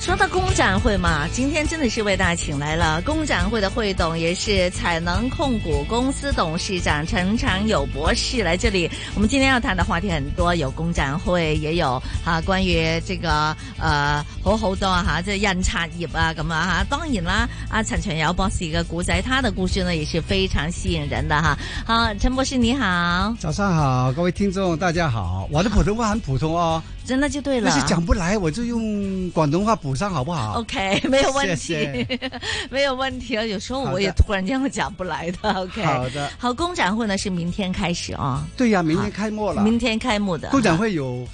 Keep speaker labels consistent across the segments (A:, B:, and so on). A: 说到工展会嘛，今天真的是为大家请来了工展会的会董，也是采能控股公司董事长陈长友博士来这里。我们今天要谈的话题很多，有工展会，也有哈、啊、关于这个呃好好多哈，即係印刷業啊咁啊哈。當然啦，阿、啊、陳長友博士嘅故仔，他的故事呢也是非常吸引人的哈。好，陳博士你好，
B: 早上好，各位聽眾大家好，我的普通話很普通哦。
A: 真的就對了，
B: 但是講不來，我就用廣東話補上，好不好
A: ？OK，沒 有問題，謝 謝沒有問題。有時候我也突然間會講不來的。OK，
B: 好的。
A: 好，工展會呢是明天開始啊、哦。
B: 對呀、啊，明天開幕了。
A: 明天開幕的
B: 工展會有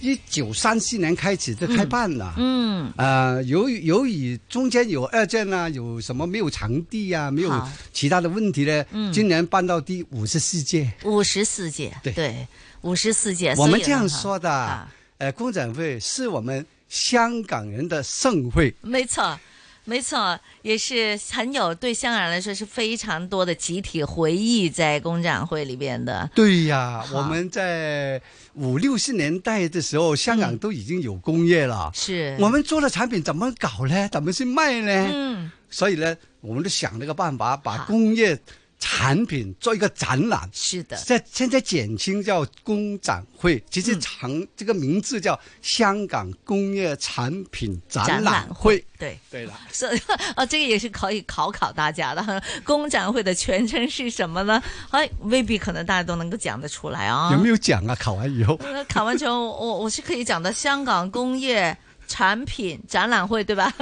B: 一九三四年開始就開辦了。
A: 嗯。
B: 呃，由於由於中間有二戰啊，有什麼沒有場地啊，沒有其他的問題呢，嗯、今年辦到第五十四屆。
A: 五十四屆，對，五十四屆。
B: 我們這樣說的。啊呃，工展會是我們香港人的盛會，
A: 沒錯，沒錯，也是很有對香港人來說是非常多的集體回憶在工展會裏邊的。
B: 對呀、啊，我們在五六十年代的時候，香港都已經有工業了，
A: 嗯是、
B: 嗯、我們做的產品怎麼搞呢？怎麼去賣呢？
A: 嗯，
B: 所以呢，我們都想了個辦法，把工業產品做一個展覽，
A: 是的，
B: 在現在簡稱叫工展會，其實長、嗯、這個名字叫香港工業產品展覽會。
A: 對，
B: 對了，
A: 所以哦，這個也是可以考考大家的。 工展會的全稱是什麼呢？哎，未必可能大家都能夠講得出來啊。
B: 有沒有講啊？考完以後，
A: 考完之後，我我是可以講的。香港工業。產品展覽會對吧？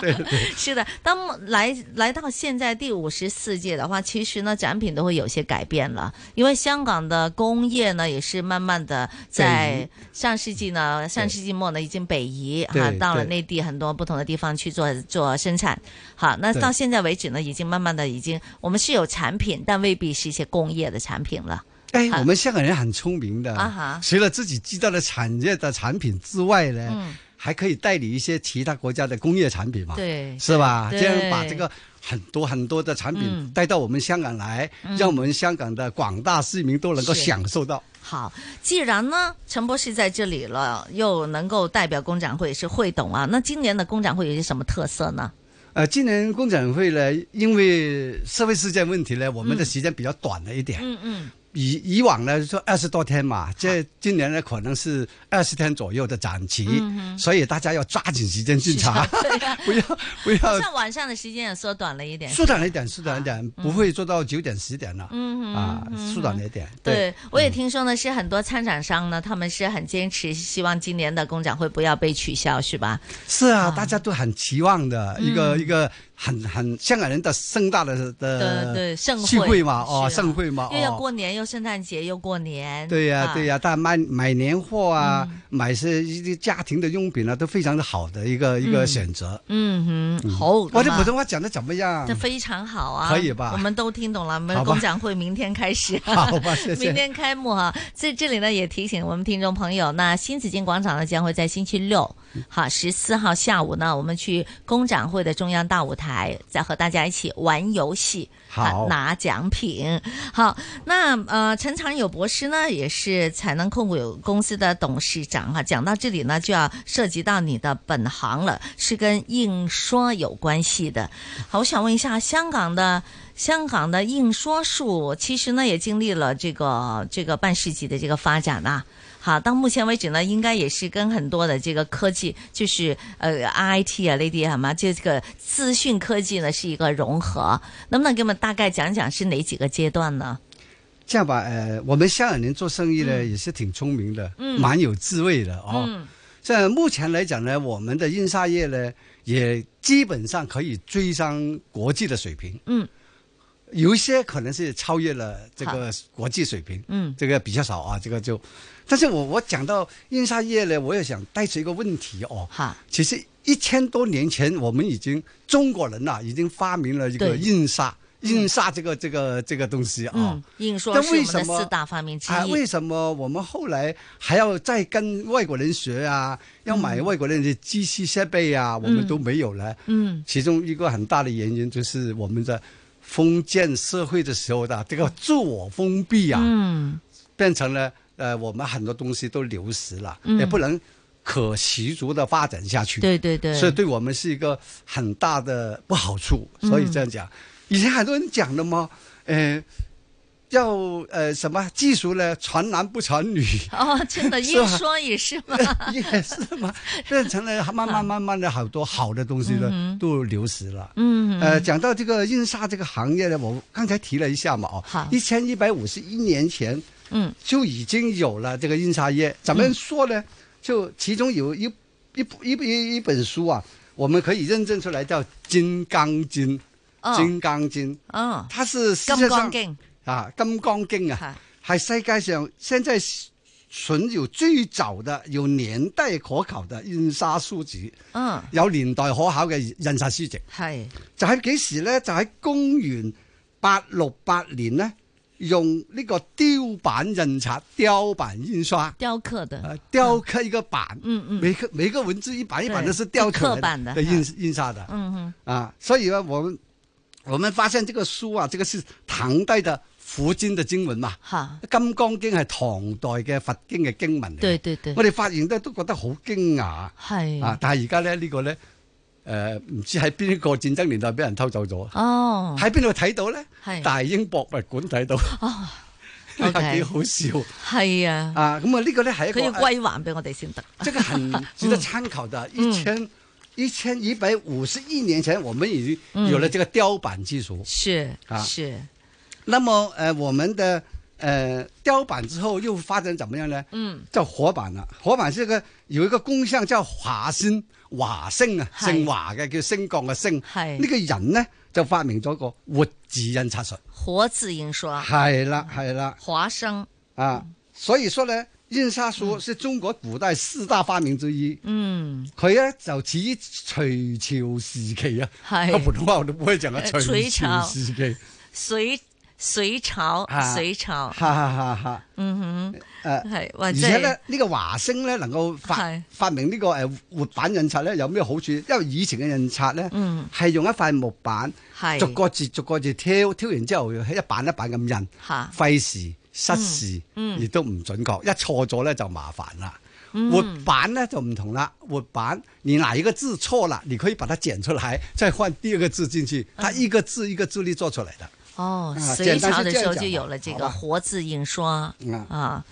B: 對，對，
A: 是的。當來來到現在第五十四屆的話，其實呢，展品都會有些改變了，因為香港的工業呢，也是慢慢的在上世紀呢，上世紀末呢已經北移哈，到了內地很多不同的地方去做做生產。好，那到現在為止呢，已經慢慢的已經我們是有產品，但未必是一些工業的產品了。
B: 哎，我們香港人很聰明的，
A: 啊、
B: 除了自己知道的產業的產品之外呢。嗯還可以代理一些其他國家的工業產品嘛？
A: 對，
B: 是吧？
A: 這
B: 樣把這個很多很多的產品帶到我們香港來，嗯、讓我們香港的廣大市民都能夠享受到。
A: 好，既然呢，陳博士在這裡了，又能夠代表工展會是會董啊，那今年的工展會有些什麼特色呢？
B: 呃，今年工展會呢，因為社會事件問題呢，我們的時間比較短了一點。
A: 嗯嗯。嗯
B: 以以往呢，就二十多天嘛，這今年呢可能是二十天左右的展期，
A: 嗯、
B: 所以大家要抓緊時間進場，啊、 不要不要。
A: 像晚上的時間也縮短了一點，
B: 縮短了一點，縮短一點，啊、不會做到九點十點了，
A: 嗯、
B: 啊，縮短了一點。嗯、
A: 對，
B: 對
A: 我也聽說呢，是很多參展商呢，他們是很堅持，希望今年的工展會不要被取消，是吧？
B: 是啊，啊大家都很期望的一個、嗯、一個。很很香港人的盛大的
A: 的對盛啊
B: 會嘛，哦，盛會嘛，
A: 又要過年，又聖誕節，又過年。啊
B: 對呀，對呀，大家買買年貨啊，
A: 嗯
B: 買些一啲家庭的用品啊，都非常的好的一個一個選擇。
A: 嗯哼，好。
B: 我的普通話講得怎麼樣？
A: 這非常好啊，
B: 可以吧？
A: 我們都聽懂了。我們工展會明天開始，
B: 好 吧？謝謝。
A: 明天開幕哈，在這裡呢也提醒我們聽眾朋友，那新紫荊廣場呢將會在星期六，好十四號下午呢，我們去工展會的中央大舞台。再和大家一起玩遊戲，
B: 好、
A: 啊、拿獎品。好，那呃，陳長友博士呢，也是采能控股公司的董事長哈、啊。講到這裡呢，就要涉及到你的本行了，是跟印刷有關係的。好，我想問一下，香港的 香港的印刷術，其實呢也經歷了這個這個半世紀的這個發展啊。好，到目前為止呢，應該也是跟很多的這個科技，就是呃 IT 啊呢啲係嘛，就這個資訊科技呢是一個融合。能不能給我們大概講講是哪幾個階段呢？
B: 這樣吧，呃，我們香港人做生意呢、嗯、也是挺聰明的，
A: 嗯，
B: 蠻有智慧的哦。
A: 嗯，
B: 在目前來講呢，我們的印刷業呢也基本上可以追上國際的水平。
A: 嗯。
B: 有一些可能是超越了這個國際水平，
A: 嗯，
B: 這個比較少啊，這個就，但是我我講到印刷業呢，我也想帶出一個問題哦，
A: 哈，
B: 其實一千多年前我們已經中國人吶、啊，已經發明了一個印刷印刷这个这个这个东西啊
A: 嗯。，硬说
B: 但
A: 是我
B: 为
A: 们的
B: 什么
A: 四大发明之
B: 啊，
A: 一
B: 为。什么我们后来还要再跟外国人学啊？
A: 嗯
B: 要买外国人的机器设备啊，我们都没有了。
A: 嗯，
B: 其中一个很大的原因就是我们在封建社会的时候的这个自我封闭啊，
A: 嗯，
B: 变成了呃，我们很多东西都流失了，
A: 嗯
B: 也不能可持续的发展下去。
A: 对对对，
B: 所以对我们是一个很大的不好处。所以这样讲，
A: 嗯
B: 以前很多人讲的嘛，呃，要呃什么技术呢，传男不传 女，
A: 哦，真的，
B: 是吧
A: 硬说也是啊嘛，
B: 也是嘛，变成了慢慢慢慢的好多好的东西呢、
A: 嗯哼
B: 都流失了。
A: 嗯，
B: 呃，讲到这个印刷这个行业呢，我刚才提了一下嘛，哦
A: 好，
B: 一千一百五十一年前，
A: 嗯，
B: 就已经有了这个印刷业。怎么说呢？就其中有一一一一一本书啊，我们可以认证出来叫《金刚经》，
A: 哦
B: 金剛經》
A: 哦，
B: 它是世
A: 金
B: 界
A: 剛
B: 上
A: 經
B: 啊，《金剛經》啊，
A: 哈，
B: 係世界上現在存有最早的、有年代可考的印刷書籍，
A: 嗯，
B: 有年代可考嘅印刷書籍。
A: 係，
B: 就喺幾時呢？就喺公元八六八年呢，用呢個雕版印刷、雕版印刷，
A: 雕刻的，
B: 呃，雕刻一個版，
A: 嗯嗯
B: 每个每个文字一版一版
A: 对
B: 都是雕刻
A: 刻版的
B: 的印印刷的
A: 嗯嗯，
B: 啊，所以呢，我们我们发现这个书啊，这个是唐代的佛经的经文嘛，
A: 好，
B: 《金剛經》係唐代嘅佛經嘅經文嚟嘅，
A: 對對對
B: 我，哋發現咧都覺得好驚訝。啊
A: 係，！
B: 但係而家咧呢、個咧，誒、唔知喺邊一個戰爭年代俾人偷走咗，
A: 哦，
B: 喺邊度睇到咧？
A: 係
B: 大英博物館睇到，
A: 哦 OK
B: 幾好笑
A: 係啊，
B: 啊！咁啊，呢個咧係一
A: 佢要
B: 個，
A: 歸還俾我哋先得，
B: 即係 很值得參考的。
A: 嗯
B: 一千一千一百五十一年前，我們已經有了這個雕版技術。
A: 嗯是
B: 啊
A: 是，
B: 那麼誒，我們的誒雕版之後又發展怎麼樣呢？
A: 嗯，
B: 叫火版啦，火版是一個有一個工匠叫華星，華星啊，
A: 係
B: 姓華嘅叫升降嘅升。
A: 係
B: 呢個人呢，就發明咗個活字印刷術。
A: 活字印刷，
B: 係啦，係啦，
A: 華生，
B: 啊，所以說呢，印刷術是中國古代四大發明之一。
A: 嗯，
B: 佢咧就始於隋朝時期啊，
A: 係
B: 個普通話我都不會講啊，
A: 呃
B: 隋
A: 隋
B: 朝
A: 朝
B: 時期，
A: 隋隋朝
B: 啊，
A: 隋朝，
B: 哈哈哈哈。
A: 嗯哼，
B: 誒
A: 係或
B: 而
A: 者
B: 且咧，呢、個華星咧能夠發
A: 係
B: 發明呢個誒活版印刷咧，有咩好處？因為以前嘅印刷咧，係、
A: 嗯
B: 用一塊木板，
A: 係
B: 逐個字逐個字挑，挑完之後一版一版咁印，
A: 嚇
B: 費時失啊事，亦都唔準確，一錯咗咧就麻煩啦。活版咧就唔同啦，活版你哪一個字錯了，你可以把它剪出來，再換第二個字進去，它一個字一個字力做出來的。
A: 哦，
B: 啊
A: 隋
B: 简单
A: 朝
B: 是
A: 的
B: 这
A: 时
B: 样
A: 候
B: 讲
A: 就
B: 吧
A: 有了这
B: 好
A: 个
B: 吧
A: 活字印刷
B: 嗯
A: 啊，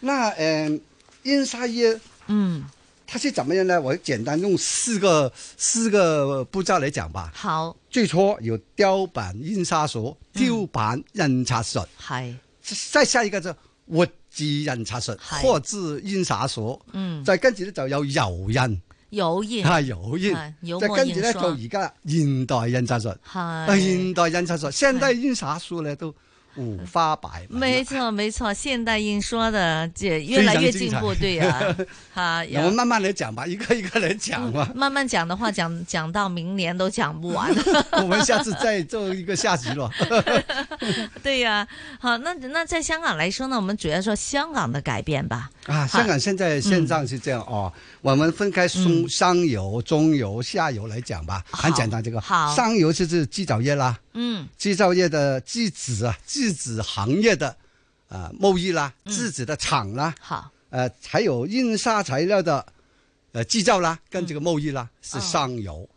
B: 那嗯、印刷業。
A: 嗯，
B: 它是怎么样呢？我简单用四个四个步骤来讲吧。
A: 好，
B: 最初有雕版印刷术、雕版印刷术，
A: 係，
B: 再下一个就活字印刷术、
A: 是
B: 活字印刷术。
A: 嗯，
B: 再跟住咧就有油印，
A: 有印
B: 啊油印
A: 是，油
B: 再
A: 墨
B: 跟住咧
A: 印
B: 就
A: 刷
B: 而家現代印刷術，
A: 哎
B: 啊現
A: 係。
B: 代印刷術、現代印刷術咧都
A: 哎
B: 五花百門啦。啊
A: 没错，没错，现代印刷的这越来越进步，对
B: 非
A: 呀、 啊，
B: 常精我
A: 要
B: 们慢慢来讲吧，一个一个来讲吧。
A: 慢慢讲的话，讲讲到明年都讲不完。
B: 我们下次再做一个下集 咯。
A: 对呀、好，那那在香港来说呢，我们主要说香港的改变吧。
B: 啊，香港现在现状是这样
A: 嗯
B: 哦，我们分开中上游、中游、下游来讲吧，
A: 好
B: 很简单。这个
A: 好
B: 上游就是制造业啦，
A: 嗯
B: 制造业的制止啊，制止行业的啊贸易啦，
A: 嗯
B: 制止的厂啦，
A: 好，
B: 呃，还有印刷材料的呃制造啦，跟这个贸易啦是上游，
A: 嗯啊哦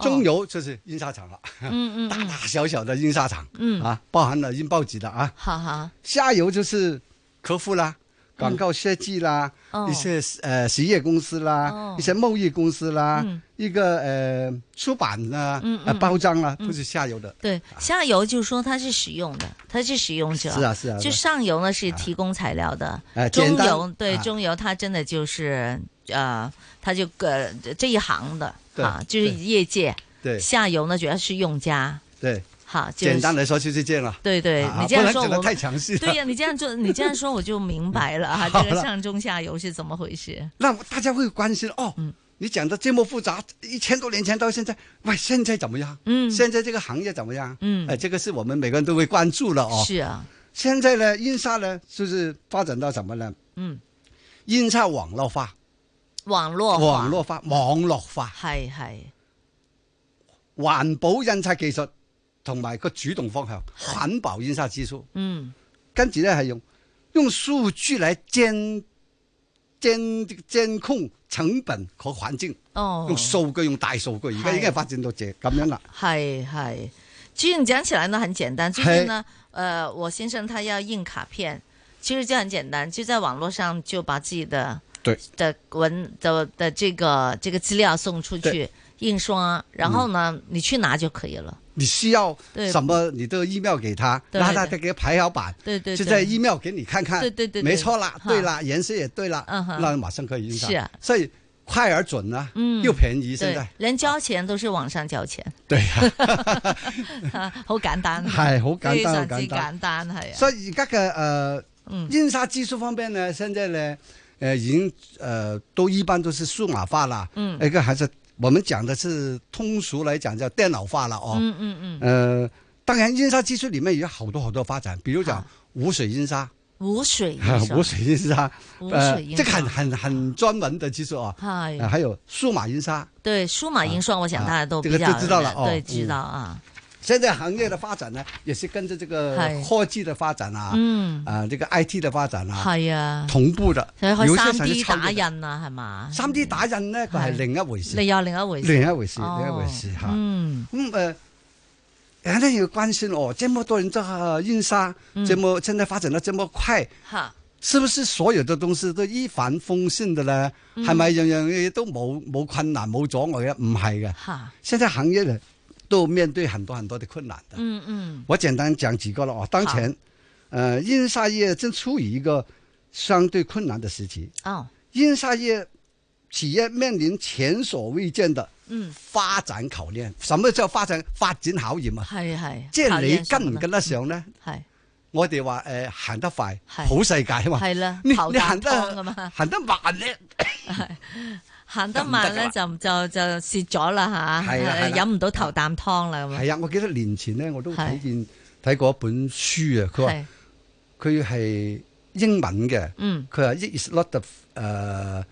B: 中游就是印刷厂了，
A: 嗯嗯
B: 大
A: 嗯，
B: 大小小的印刷厂，
A: 嗯
B: 啊，包含了印报纸的啊，
A: 好好，
B: 下游就是客户啦、广告设计啦、
A: 嗯哦
B: 一些呃实业公司啦、
A: 哦
B: 一些贸易公司啦、
A: 嗯
B: 一个呃出版啦、
A: 嗯嗯
B: 呃包装啦，都是下游的。
A: 对，下游就说它是使用的，它是使用者。
B: 是啊是啊
A: 就是
B: 啊
A: 上游呢是提供材料的，
B: 哎
A: 中
B: 简单
A: 游对、
B: 啊
A: 中游它真的就是呃，它就呃这一行的
B: 对
A: 啊，就是
B: 对
A: 业界。
B: 对
A: 下游呢主要是用家，
B: 对，
A: 好，就是、
B: 简单来说就是这样了。
A: 对对，
B: 啊
A: 你这
B: 不
A: 样
B: 能
A: 说
B: 讲
A: 我
B: 的太
A: 们。
B: 详 细
A: 对
B: 了。
A: 呀、你这样做，你这样说我就明白了啊，
B: 嗯好
A: 这个
B: 了
A: 上中下游是怎么回事？嗯
B: 那大家会关心哦，你讲的这么复杂，一千多年前到现在，喂，现在怎么样？
A: 嗯
B: 现在这个行业怎么样？
A: 嗯
B: 哎，这个是我们每个人都会关注了哦。
A: 是啊，
B: 现在呢，印刷呢，就是发展到什么呢？
A: 嗯，
B: 印刷网络化、
A: 網絡化
B: 網絡化、網絡化、
A: 係係
B: 環保印刷技術同埋個主動方向，
A: 係
B: 環保印刷技術。
A: 嗯
B: 跟住咧係用用數據來監監監控成本和環境，
A: 哦，
B: 用數據用大數據，而
A: 係
B: 家已經係發展到這咁樣啦。
A: 嗨嗨，最近讲起来呢很简单，最近呢，呃，我先生他要印卡片，其实就很简单，就在网络上就把自己的
B: 对
A: 的文的的这个这个资料送出去
B: 对嗯
A: 印刷，然后呢、你去拿就可以了。
B: 你需要
A: 对
B: 什么？你都 email 给他，
A: 对
B: 让他
A: 对
B: 给个排好版，
A: 对对
B: 就
A: 对，
B: 在 email 给你看看。
A: 对对对对
B: 没错啦，
A: 哈
B: 对啦，颜色也对啦，
A: 嗯哼
B: 那马上可以印上。
A: 是啊
B: 所以快而准啊，
A: 嗯
B: 又便宜。现
A: 对
B: 在，
A: 连交钱都是网上交钱，
B: 对啊，
A: 好简单，
B: 係好
A: 非
B: 簡單，好
A: 常之
B: 簡單。
A: 简单，系啊，
B: 所以而家嘅誒
A: 嗯
B: 印刷技術方面呢，現在呢，呃，已經呃都一般都是數碼化啦。
A: 嗯
B: 一個還是我們講的是通俗來講叫電腦化了哦。
A: 嗯嗯嗯，
B: 呃，當然印刷技術裡面也有好多好多發展，比如講
A: 好
B: 無水印刷，
A: 无水印
B: 啊無
A: 刷，
B: 水印 刷，
A: 无
B: 呃
A: 水，印
B: 這個
A: 刷
B: 很，很很專門的技術哦。
A: 嗨
B: 呃，還有數碼印刷，
A: 对，数码印刷，我想大家都
B: 啊这
A: 比
B: 个
A: 较
B: 就知道了哦
A: 对，
B: 嗯
A: 知道啊，
B: 現在行業的發展呢，也是跟着這個
A: 係
B: 科技的發展啊，
A: 嗯，
B: 啊、這個 IT 的發展啊，
A: 系啊，
B: 同步的，
A: 所以可以
B: 有一些
A: 三
B: 甚至
A: D
B: 超越
A: 打
B: 的
A: 印啊，係嘛？
B: 三 D 打印咧，佢
A: 係
B: 係另一回事，
A: 你有另一回事，
B: 另一回事，
A: 哦
B: 另一回事嚇。
A: 嗯，
B: 咁誒，人家要關心哦，這麼多人在印刷，
A: 嗯
B: 這麼現在發展得這麼快，
A: 吓，
B: 是不是所有的東西都一帆風順的咧？
A: 嗯
B: 係咪樣樣嘢都冇冇困難冇阻礙嘅？啊唔係嘅，
A: 吓，
B: 現在行業咧都面對很多很多的困難的。
A: 嗯嗯，
B: 我簡單講幾個了哦。當前，呃，印刷業正處於一個相對困難的時期。
A: 哦，
B: 印刷业企业面临前所未见的
A: 嗯，
B: 发展考验。什么叫发展发展考验啊？
A: 係係，
B: 即系
A: 靠
B: 你
A: 印刷
B: 跟唔
A: 啦
B: 跟？得上呢？
A: 係
B: 我哋话诶行得快，
A: 係
B: 好世界啊嘛。
A: 係啦
B: 你，
A: 頭
B: 你行
A: 啖湯噶
B: 得
A: 嘛，
B: 行得慢咧，
A: 行得慢咧就就就蝕咗啦吓，
B: 係啦係啦
A: 飲唔到頭啖湯啦咁啊
B: 系啊！我記得年前咧，我都
A: 係
B: 睇見睇過一本書啊，佢話
A: 係，
B: 佢係英文嘅，
A: 嗯，
B: 佢話 it is not the 诶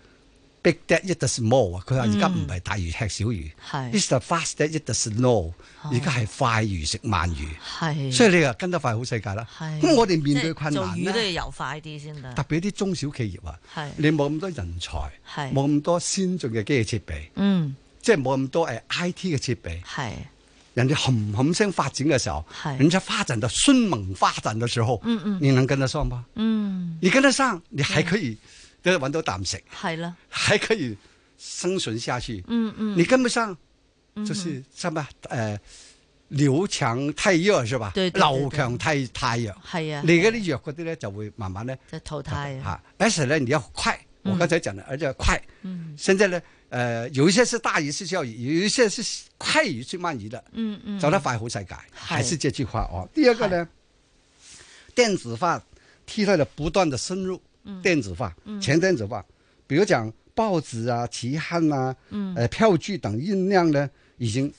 B: big that it is small 啊，佢話而家唔係大魚吃小魚
A: 嗯係哦
B: ，is the fast that it is slow，而家係快魚食慢魚。
A: 係，
B: 所
A: 以
B: 以你又跟得快好世界啦。
A: 係
B: 咁我哋面對困
A: 做
B: 難
A: 魚都要
B: 咧，
A: 游快啲先得
B: 特，別啲中小企業啊，
A: 係
B: 你冇咁多人才，
A: 係，
B: 冇咁多先進嘅機器設備，
A: 嗯，
B: 即係冇咁多誒 I T 嘅設備。
A: 係
B: 人哋冚冚聲發展嘅時候，
A: 係
B: 人家發展到迅猛發展嘅時候，
A: 嗯嗯
B: 你能跟得上嗎？
A: 嗯，
B: 你跟得上，你還可以都揾到啖食，
A: 係啦，
B: 還可以生存下去。
A: 嗯嗯。
B: 你跟不上，就是什麼誒流強太弱是吧？
A: 對對對對
B: 流強太太弱。
A: 係啊，
B: 你嗰啲藥嗰啲咧就會慢慢咧
A: 就淘汰啊，
B: 嚇，但是咧你要快，我
A: 嗯
B: 剛才講的，而且快。
A: 嗯
B: 現在呢，呃，有一些是大魚是小魚，有一些是快魚去慢魚的，
A: 嗯嗯，
B: 走得快好世界，還是這句話哦。第二個呢，電子化替代了不斷的深入，
A: 嗯
B: 電子化、全電子化，比如講報紙啊、期刊啊、
A: 嗯
B: 呃票據等印量呢，已經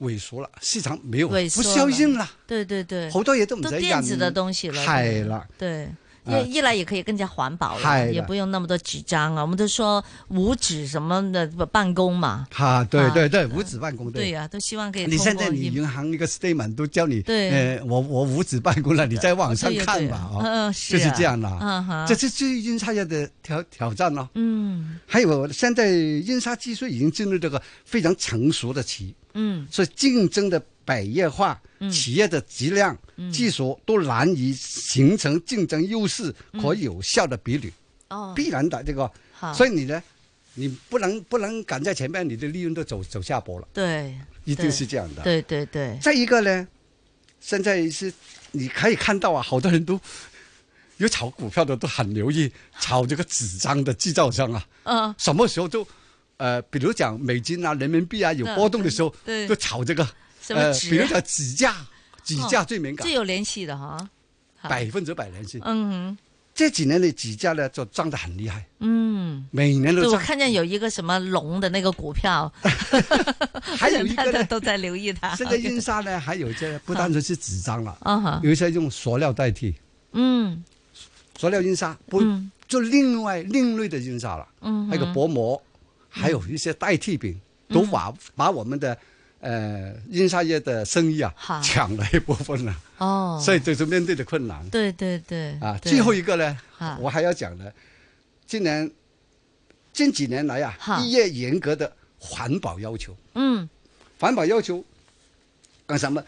B: 萎縮了，市場沒有
A: 萎縮
B: 不需要
A: 了
B: 印了，
A: 对对对，
B: 好多嘢都唔
A: 都
B: 使印。
A: 電子的東西了，
B: 係啦。
A: 对。
B: 啊
A: 一一来也可以更加環保了，
B: 係啦
A: 也不用那麼多紙張啊。我們都說無紙什麼的辦公嘛，
B: 哈，對
A: 啊
B: 對對，五指辦公
A: 對
B: 對。
A: 呀、都希望可以
B: 你
A: 通
B: 現
A: 過
B: 在你
A: 一
B: 銀行一個 statement 都叫你，
A: 對
B: 呃，我我五指辦公了，你在網上
A: 對呀
B: 看
A: 對呀
B: 吧，
A: 嗯、
B: 哦，
A: 是、
B: 就
A: 啊，
B: 是這樣啦。
A: 嗯哼，
B: 這是最印刷業的挑挑戰咯。
A: 嗯
B: 還有，現在印刷技術已經進入這個非常成熟的期，
A: 嗯
B: 所以競爭的百業化
A: 嗯、
B: 企業的質量、技術都難以形成競爭優勢和有效的比率，
A: 哦，
B: 必然的這個。
A: 好，
B: 所
A: 以
B: 以你呢，你不能不能趕在前面，你的利潤都走走下坡了，
A: 對
B: 一定是這樣的。
A: 對對對，
B: 再一个呢，现在是你可以看到啊，好多人都有炒股票的都很留意炒这个纸张的制造商啊，
A: 嗯、
B: 什么时候都呃，比如讲美金啊、人民币啊有波动的时候，
A: 嗯对
B: 都炒这个
A: 什么
B: 呃，
A: 纸啊哦
B: 比如讲纸价，纸价最敏感
A: 這，有聯繫的哈，好
B: 百分之百联系。
A: 嗯哼，
B: 这几年的几家呢就涨得很厉害，
A: 嗯，
B: 每年
A: 对
B: 都
A: 我
B: 涨。
A: 看见有一个什么龙的那个股票，
B: 还有一
A: 大
B: 个
A: 家
B: 呢，
A: 都在留意它。
B: 现在印刷呢还有一些不单纯是纸张了，
A: 啊哈，
B: 有一些用塑料代替，
A: 嗯
B: 塑料印刷不
A: 嗯
B: 就另外另类的印刷了，
A: 嗯哼，嗯
B: 还有个薄膜，还有一些代替品，都把把我们的呃印刷业的生意啊
A: 好
B: 抢了一部分了，
A: 哦，
B: 所以这是面对的困难
A: 对对对
B: 啊。
A: 对
B: 最后一个呢
A: 啊，
B: 我还要讲的，今年近几年来
A: 好
B: 啊，越严格的环保要求。
A: 嗯
B: 环保要求，呃，什么？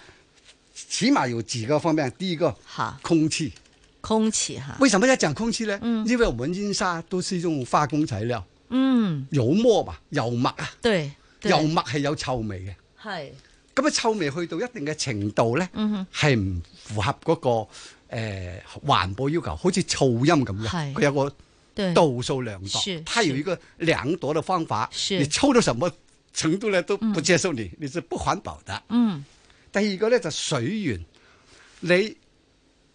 B: 起码有几个方面。第一个，
A: 好，
B: 空气。
A: 空气哈，
B: 为什么要讲空气呢？
A: 啊嗯
B: 因为我们印刷都是用化工材料，
A: 嗯
B: 油墨嘛，油墨啊，
A: 对对
B: 油墨係有臭味嘅。
A: 系
B: 咁啊，臭味去到一定嘅程度咧，
A: 嗯哼
B: 係唔符合嗰、個誒、呃、環保要求，好似噪音咁
A: 係
B: 嘅。佢有個
A: 对
B: 度數量度
A: 是，
B: 它有一個量度的方法。
A: 是
B: 你臭到什麼程度咧都不接受你，你是不環保的。
A: 嗯
B: 第二個咧就水源，你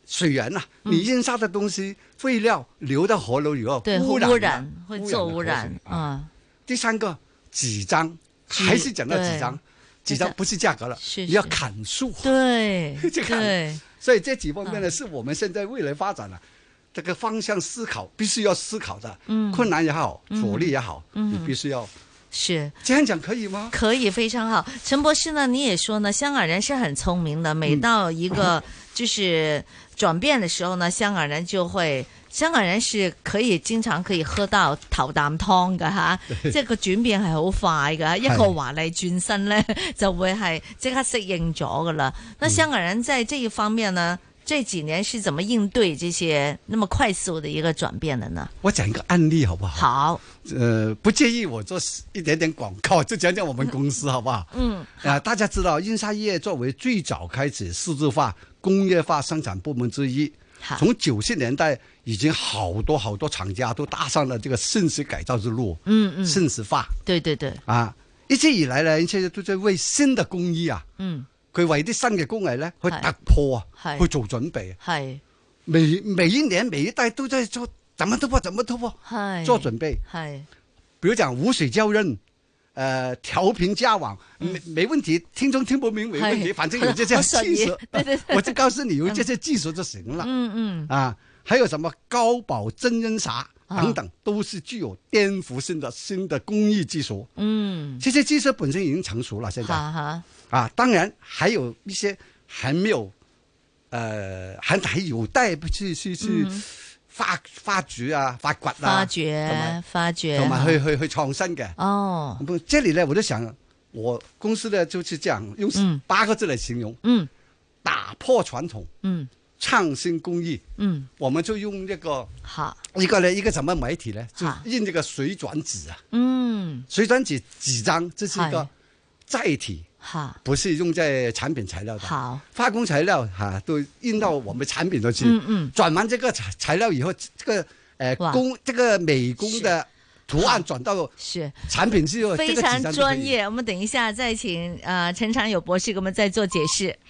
B: 水源啊，
A: 嗯
B: 你印刷的東西廢料流到河流以後，
A: 对
B: 污
A: 会
B: 染
A: 污染
B: 啊
A: 会做污
B: 了
A: 染
B: 河水啊。
A: 啊，
B: 第三個紙張，
A: 紙
B: 還是講到紙張，
A: 對
B: 紙張不是價格了，
A: 是
B: 你要
A: 是
B: 砍樹，
A: 对
B: 这个
A: 对
B: 所以這幾方
A: 嗯
B: 面呢，是我們現在未來發展啊。這個方向思考必須要思考的，
A: 嗯
B: 困難也好，阻力也好，你必須要
A: 是。
B: 這樣講可以嗎？
A: 可以，非常好。陈博士呢，你也说呢，香港人是很聪明的，
B: 嗯
A: 每到一 个就是转变的时候呢，香港人就会。香港人是可以經常可以喝到頭啖湯㗎吓，即係個轉變係好快㗎，一個華麗轉身呢， 就會係即刻適應咗㗎啦。
B: 嗯
A: 那香港人在這一方面呢，這幾年是怎麼應對這些那麼快速的一個轉變的呢？
B: 我講一個案例好不好？
A: 好，
B: 呃，不介意我做一點點廣告，就講講我們公司好不好？
A: 嗯，
B: 啊，大家知道，印刷业作为最早开始数字化、工业化生产部门之一，
A: 好，
B: 从九十年代已经好多好多厂家都踏上了这个瞬时改造之路，
A: 嗯嗯，
B: 瞬时化
A: 對對對，
B: 啊！一直以來呢，一切都在為新的工藝啊，
A: 嗯，
B: 佢為啲新嘅工藝呢去
A: 係
B: 突破啊，
A: 係
B: 去做準備啊。
A: 係
B: 每每一年每一代都在做，怎麼突破，怎麼突破，
A: 係
B: 做準備。
A: 係。
B: 比如講污水交任，呃，調頻加網，沒沒問題，聽眾聽不明沒問題，
A: 係
B: 反正有這
A: 嗯
B: 些
A: 我屬於
B: 技 術，
A: 對對對
B: 我就告訴你有這些技術就行了、
A: 嗯嗯，
B: 啊。還有什麼高保真音啥
A: 啊
B: 等等，都是具有颠覆性的新的工藝技術。
A: 嗯，
B: 这些技術本身已經成熟了，現在
A: 哈哈，
B: 啊，當然還有一些還沒有，呃，還還有待去去去發發掘啊、發掘啊
A: 嗯发、掘啊发掘，
B: 同埋同埋去去去創新嘅。
A: 哦，
B: 不，这里呢，我就想，我公司呢就是这样，用
A: 嗯
B: 八个字来形容：
A: 嗯
B: 打破传统，
A: 嗯
B: 创新工艺。
A: 嗯，
B: 我们就用这个
A: 好，
B: 一个呢，一个什么媒体呢？就
A: 好
B: 印这个水转纸啊，
A: 嗯
B: 水转纸纸张，这是一
A: 是
B: 个载体，
A: 好，
B: 不是用在产品材料的。
A: 好，
B: 化工材料哈、都印到我们产品上去。
A: 嗯嗯
B: 转完这个材材料以后，这个呃
A: 哇
B: 工这个美工的图案转到
A: 嗯是
B: 产哦品之后，这
A: 非
B: 个纸
A: 常
B: 张就可
A: 专
B: 以
A: 业。我们等一下再请呃陈长友博士给我们再做解释。